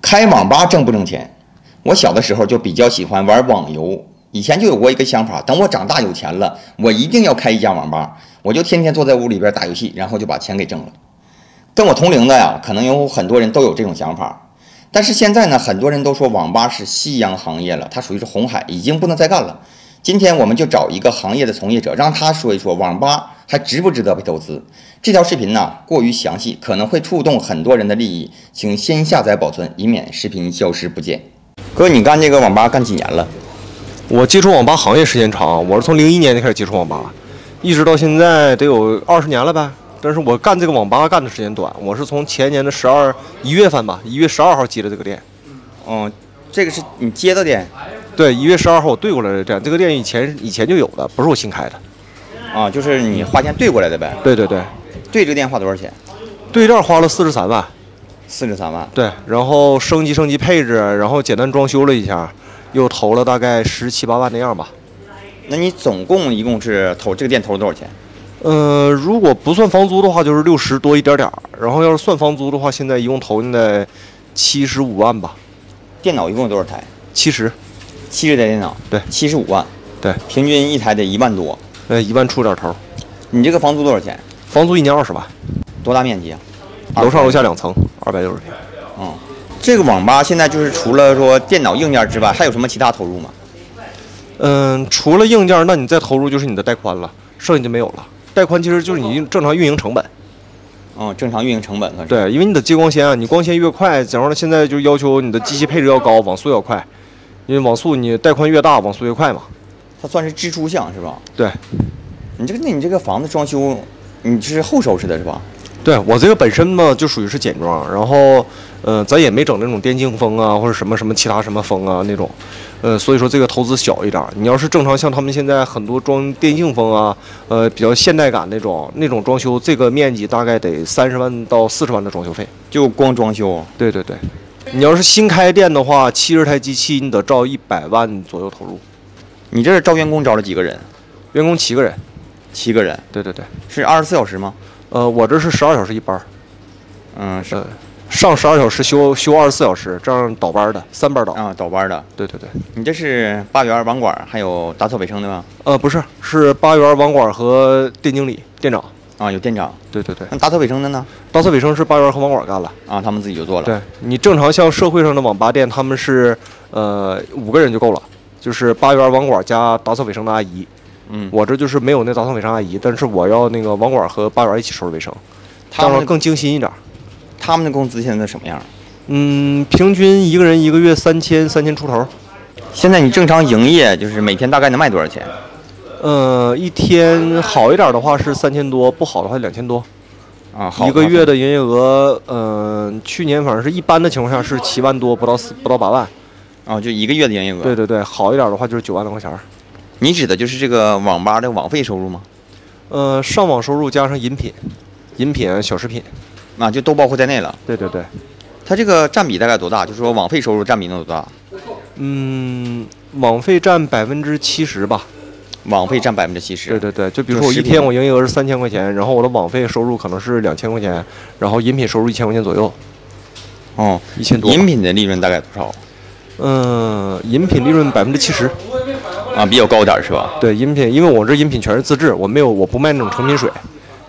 开网吧挣不挣钱？我小的时候就比较喜欢玩网游，以前就有过一个想法，等我长大有钱了，我一定要开一家网吧，我就天天坐在屋里边打游戏，然后就把钱给挣了。跟我同龄的呀，可能有很多人都有这种想法，但是现在呢，很多人都说网吧是夕阳行业了，它属于是红海，已经不能再干了。今天我们就找一个行业的从业者，让他说一说网吧还值不值得被投资。这条视频呢过于详细，可能会触动很多人的利益，请先下载保存，以免视频消失不见。哥，你干这个网吧干几年了？我接触网吧行业时间长，我是从零一年就开始接触网吧，一直到现在得有二十年了呗。但是我干这个网吧干的时间短，我是从前年的十二一月份吧，一月十二号接的这个店。嗯，这个是你接的店对，一月十二号我对过来的店，这个店以前以前就有的，不是我新开的。啊，就是你花钱兑过来的呗。对对对，兑这个店花多少钱？对这儿花了四十三万，四十三万。对，然后升级升级配置，然后简单装修了一下，又投了大概十七八万那样吧。那你总共一共是投这个店投了多少钱？呃，如果不算房租的话，就是六十多一点点儿。然后要是算房租的话，现在一共投进来七十五万吧，电脑一共有多少台？七十，七十台电脑，对七十五万，对，平均一台得一万多。呃，一万出点头。你这个房租多少钱？房租一年二十万，多大面积啊？楼上楼下两层，二百六十平。嗯，这个网吧现在就是除了说电脑硬件之外，还有什么其他投入吗？嗯，除了硬件，那你再投入就是你的带宽了，剩下就没有了。带宽其实就是你正常运营成本，嗯，正常运营成本算是。对，因为你得接光纤啊，你光纤越快，然后呢，现在就要求你的机器配置要高，网速要快，因为网速你带宽越大，网速越快嘛。它算是支出项是吧？对，你这个那你这个房子装修，你是后收拾的是吧？对我这个本身嘛，就属于是简装，然后，呃，咱也没整那种电竞风啊，或者什么什么其他什么风啊那种，呃，所以说这个投资小一点儿。你要是正常像他们现在很多装电竞风啊，呃，比较现代感那种那种装修，这个面积大概得三十万到四十万的装修费。就光装修，对对对，你要是新开店的话，七十台机器你得照一百万左右投入，你这是招员工招了几个人？员工七个人。七个人，对对对，是二十四小时吗？呃，我这是十二小时一班儿，嗯，是呃，上十二小时休休二十四小时，这样倒班儿的，三班儿倒。啊，倒班的。对对对。你这是八元网管还有打扫卫生的吗？呃，不是，是八元网管和店经理、店长。啊，有店长。对对对，那打扫卫生的呢？打扫卫生是八元和网管干了。啊，他们自己就做了。对你正常像社会上的网吧店，他们是呃五个人就够了，就是八元网管加打扫卫生的阿姨。嗯，我这就是没有那打扫卫生阿姨，但是我要那个网管和八元一起收拾卫生，这他样们更精心一点儿。他们的工资现在什么样？嗯，平均一个人一个月三千三千出头，现在你正常营业，就是每天大概能卖多少钱？呃，一天好一点儿的话是三千多，不好的话两千多。啊，好一个月的营业额，嗯、去年反正是一般的情况下是七万多，不到四不到八万。啊，就一个月的营业额。对，对对，好一点的话就是九万多块钱儿。你指的就是这个网吧的网费收入吗？呃，上网收入加上饮品、饮品、小食品。啊，就都包括在内了。对对对，它这个占比大概多大？就是说网费收入占比能有多大？嗯，网费占百分之七十吧。网费占百分之七十。对对对，就比如说就我是一食天品我营业额是三千块钱，然后我的网费收入可能是两千块钱，然后饮品收入一千块钱左右，哦，一千多吧。饮品的利润大概多少？嗯、饮品利润百分之七十。啊，比较高点儿是吧？对饮品，因为我这饮品全是自制，我没有我不卖那种成品水。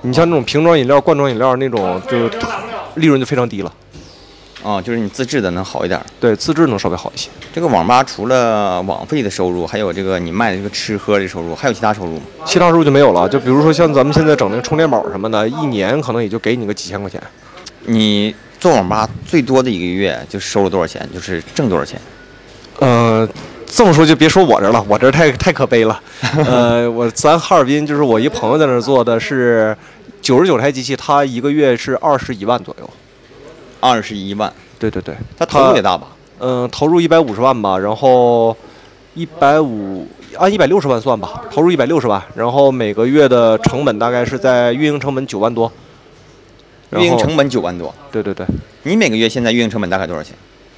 你像那种瓶装饮料、罐装饮料那种，就利润就非常低了。啊，就是你自制的能好一点儿。对，自制能稍微好一些。这个网吧除了网费的收入，还有这个你卖的这个吃喝的收入，还有其他收入吗？其他时候就没有了。就比如说像咱们现在整那个充电宝什么的，一年可能也就给你个几千块钱。你做网吧最多的一个月就收了多少钱？就是挣多少钱？呃，这么说就别说我这了，我这太太可悲了。呃，我咱哈尔滨就是我一朋友在那儿做的是九十九台机器，他一个月是二十一万左右。二十一万，对对对，它投入也大吧？嗯，投入一百五十万吧，然后一百五按一百六十万算吧，投入一百六十万，然后每个月的成本大概是在运营成本九万多。然运营后成本九万多，对对对，你每个月现在运营成本大概多少钱？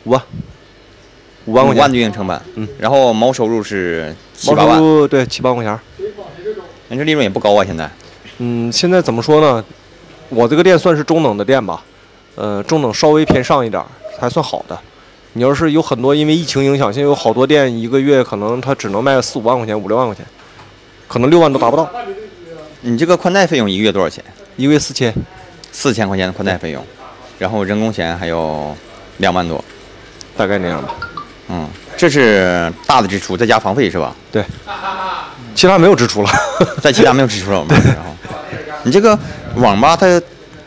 五万，五万块五万钱，的运营成本，嗯，然后毛收入是七毛八收万，入对七八万块钱。那这利润也不高啊。现在嗯，现在怎么说呢？我这个店算是中等的店吧，呃，中等稍微偏上一点儿，还算好的。你要是有很多因为疫情影响，现在有好多店一个月可能它只能卖四五万块钱、五六万块钱，可能六万都达不到，你这个宽带费用一个月多少钱？一个月四千。四千块钱的宽带费用，然后人工钱还有两万多，大概那样吧。嗯，这是大的支出，再加房费是吧？对，其他没有支出了。在其他没有支出了吗？然后你这个网吧它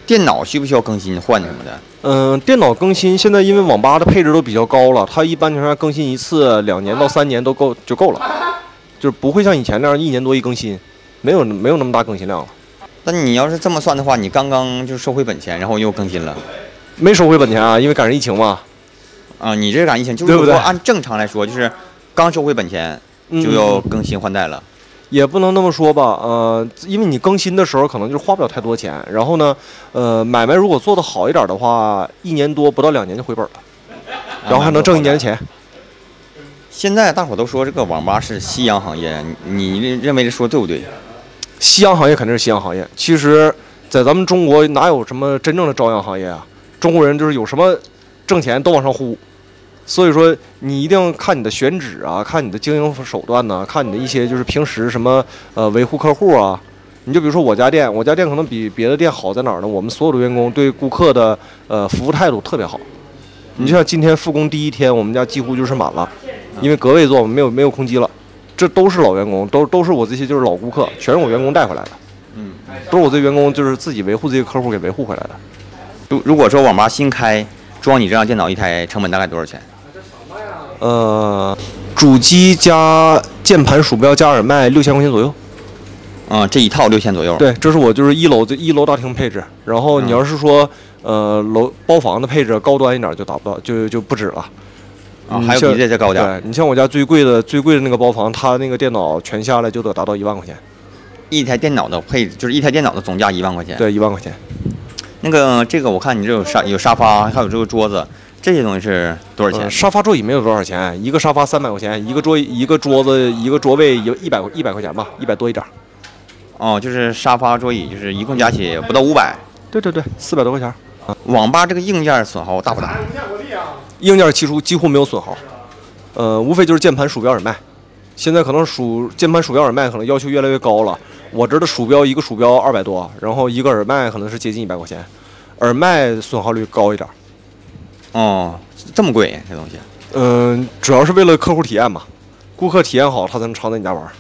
电脑需不需要更新换什么的？ 嗯、电脑更新现在因为网吧的配置都比较高了，它一般情况下更新一次两年到三年都够就够了，就是不会像以前那样一年多一更新，没有没有那么大更新量了。但你要是这么算的话，你刚刚就收回本钱，然后又更新了没收回本钱啊，因为赶上疫情嘛。啊！你这赶疫情就是对不如对果按正常来说，就是刚收回本钱嗯就要更新换代了。也不能那么说吧，呃，因为你更新的时候可能就是花不了太多钱，然后呢，呃，买卖如果做得好一点的话，一年多不到两年就回本了，嗯然后还能挣一啊年的。钱。现在大伙都说这个网吧是夕阳行业，你你认为这说对不对？夕阳行业肯定是夕阳行业。其实，在咱们中国哪有什么真正的朝阳行业啊？中国人就是有什么挣钱都往上呼，所以说你一定要看你的选址啊，看你的经营手段呐、看你的一些就是平时什么呃维护客户啊。你就比如说我家店，我家店可能比别的店好在哪儿呢？我们所有的员工对顾客的呃服务态度特别好。你就像今天复工第一天，我们家几乎就是满了，因为隔位座没有没有空机了。这都是老员工，都都是我这些就是老顾客，全是我员工带回来的，嗯，都是我这员工就是自己维护这些客户给维护回来的。如如果说网吧新开，装你这样电脑一台成本大概多少钱？呃，主机加键盘、鼠标加耳麦六千块钱左右。啊、这一套六千左右。，对，这是我就是一楼这一楼大厅配置。然后你要是说嗯呃楼包房的配置高端一点就达不到，就就不止了。啊，嗯还有像比这再高点儿，对你像我家最贵的最贵的那个包房，它那个电脑全下来就得达到一万块钱，一台电脑的配置就是一台电脑的总价一万块钱。，对，一万块钱。那个这个我看你这有沙有沙发，还有这个桌子，这些东西是多少钱？呃沙发座椅没有多少钱，一个沙发三百块钱，一个桌椅一个桌子一个桌位一一百一百块钱吧，一百多一点儿。哦，就是沙发、桌椅，就是一共加起不到五百。对对对，四百多块钱。网吧这个硬件损耗大不大？硬件技术几乎没有损耗，呃，无非就是键盘、鼠标、耳麦。现在可能鼠键盘、鼠标、耳麦可能要求越来越高了。我这儿的鼠标一个鼠标二百多，然后一个耳麦可能是接近一百块钱，耳麦损耗率高一点儿。哦，这么贵这东西。嗯、主要是为了客户体验嘛，顾客体验好，他才能常在你家玩儿。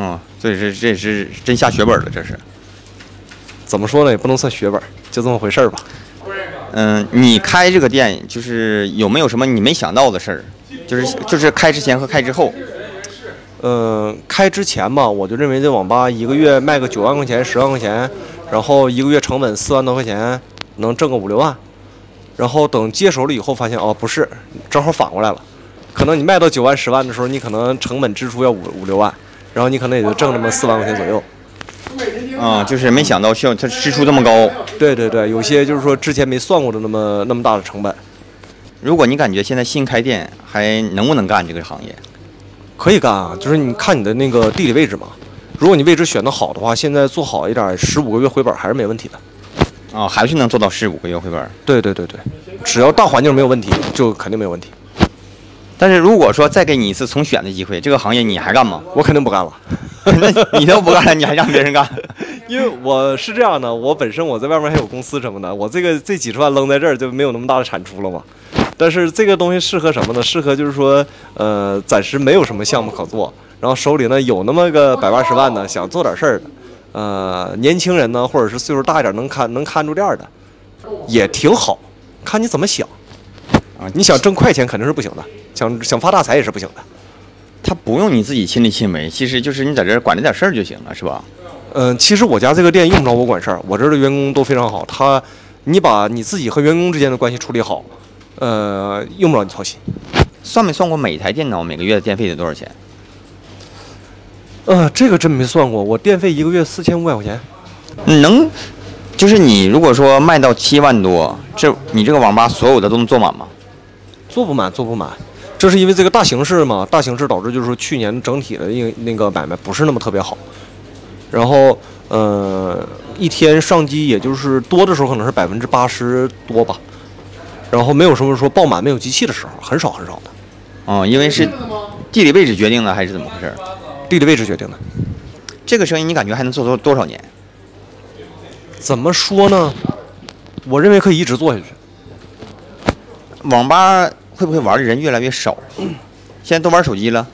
嗯，所以这这是真下血本了，这是。怎么说呢，也不能算血本儿，就这么回事儿吧。嗯，你开这个店就是有没有什么你没想到的事儿？就是就是开之前和开之后。呃，开之前吧，我就认为这网吧一个月卖个九万块钱、十万块钱，然后一个月成本四万多块钱，能挣个五六万。然后等接手了以后，发现哦不是，正好反过来了，可能你卖到九万、十万的时候，你可能成本支出要五五六万，然后你可能也就挣那么四万块钱左右。啊、就是没想到需要它支出这么高。对对对，有些就是说之前没算过的那么那么大的成本，如果你感觉现在新开店还能不能干这个行业？可以干啊，就是你看你的那个地理位置嘛。如果你位置选得好的话，现在做好一点，十五个月回本还是没问题的。啊、还是能做到十五个月回本儿。对对对对，只要大环境没有问题，就肯定没有问题。但是如果说再给你一次重选的机会，这个行业你还干吗？ 我肯定不干了，那你都不干了，你还让别人干？ 因为我是这样的，我本身我在外面还有公司什么的，我这个这几十万扔在这儿就没有那么大的产出了嘛。但是这个东西适合什么呢？适合就是说，呃，暂时没有什么项目可做，然后手里呢有那么个百八十万呢，想做点事儿的，呃，年轻人呢，或者是岁数大一点能看能看住店儿的，也挺好，看你怎么想。啊你想挣快钱肯定是不行的，想想发大财也是不行的。他不用你自己亲力亲为，其实就是你在这儿管着点事儿就行了，是吧？嗯，其实我家这个店用不着我管事儿，我这儿的员工都非常好。他，你把你自己和员工之间的关系处理好，呃，用不着你操心。算没算过每台电脑每个月的电费得多少钱？呃，这个真没算过，我电费一个月四千五百块钱。你能，就是你如果说卖到七万多，这你这个网吧所有的都能坐满吗？做不满，做不满。这是因为这个大形势嘛，大形势导致就是说去年整体的那个那个买卖不是那么特别好，然后呃一天上机也就是多的时候可能是百分之八十多吧，然后没有什么说爆满没有机器的时候，很少很少的，啊、因为是地理位置决定的还是怎么回事儿？地理位置决定的。这个生意你感觉还能做多多少年？怎么说呢？我认为可以一直做下去。网吧会不会玩的人越来越少？现在都玩手机了，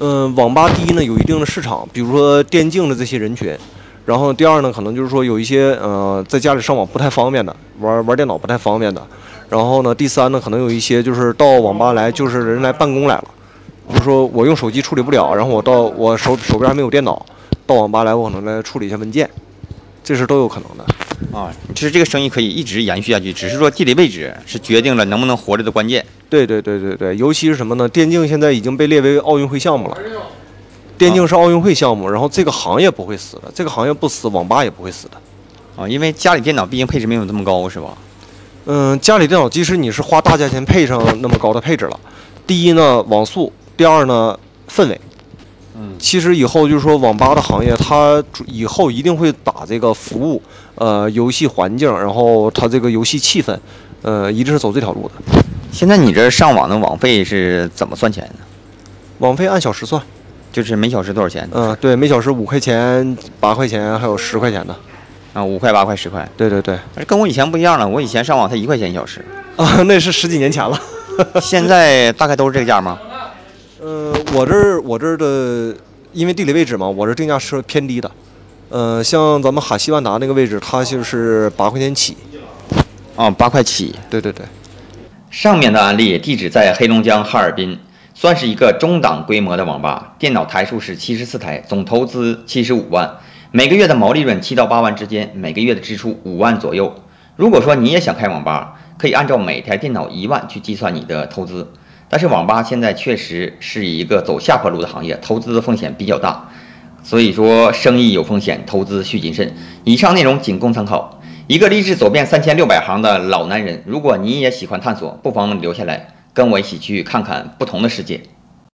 嗯，网吧第一呢有一定的市场，比如说电竞的这些人群，然后第二呢可能就是说有一些呃在家里上网不太方便的，玩玩电脑不太方便的，然后呢第三呢可能有一些就是到网吧来就是人来办公来了，就是说我用手机处理不了，然后我到我手手边还没有电脑，到网吧来我可能来处理一下文件，这是都有可能的。啊，就是这个生意可以一直延续下去，只是说地理位置是决定了能不能活着的关键。对对对对对，尤其是什么呢？电竞现在已经被列为奥运会项目了。电竞是奥运会项目，然后这个行业不会死的，这个行业不死，网吧也不会死的。啊，因为家里电脑毕竟配置没有这么高，是吧？嗯，家里电脑即使你是花大价钱配上那么高的配置了，第一呢网速，第二呢氛围。嗯其实以后就是说网吧的行业，它主以后一定会把这个服务、呃游戏环境，然后它这个游戏气氛，呃一定是走这条路的。现在你这上网的网费是怎么算钱呢？网费按小时算，就是每小时多少钱？嗯、对，每小时五块钱、八块钱，还有十块钱的。啊，五块、八块、十块，对对对，而跟我以前不一样了。我以前上网才一块钱一小时，啊，那是十几年前了。现在大概都是这个价吗？呃，我这儿我这儿的，因为地理位置嘛，我这定价是偏低的。呃，像咱们哈西万达那个位置，它就是八块钱起。啊，八块起。对对对，上面的案例地址在黑龙江哈尔滨，算是一个中档规模的网吧，电脑台数是七十四台，总投资七十五万，每个月的毛利润七到八万之间，每个月的支出五万左右。如果说你也想开网吧，可以按照每台电脑一万去计算你的投资。但是网吧现在确实是一个走下坡路的行业，投资的风险比较大，所以说生意有风险，投资需谨慎。以上内容仅供参考。一个立志走遍三千六百行的老男人，如果你也喜欢探索，不妨留下来跟我一起去看看不同的世界。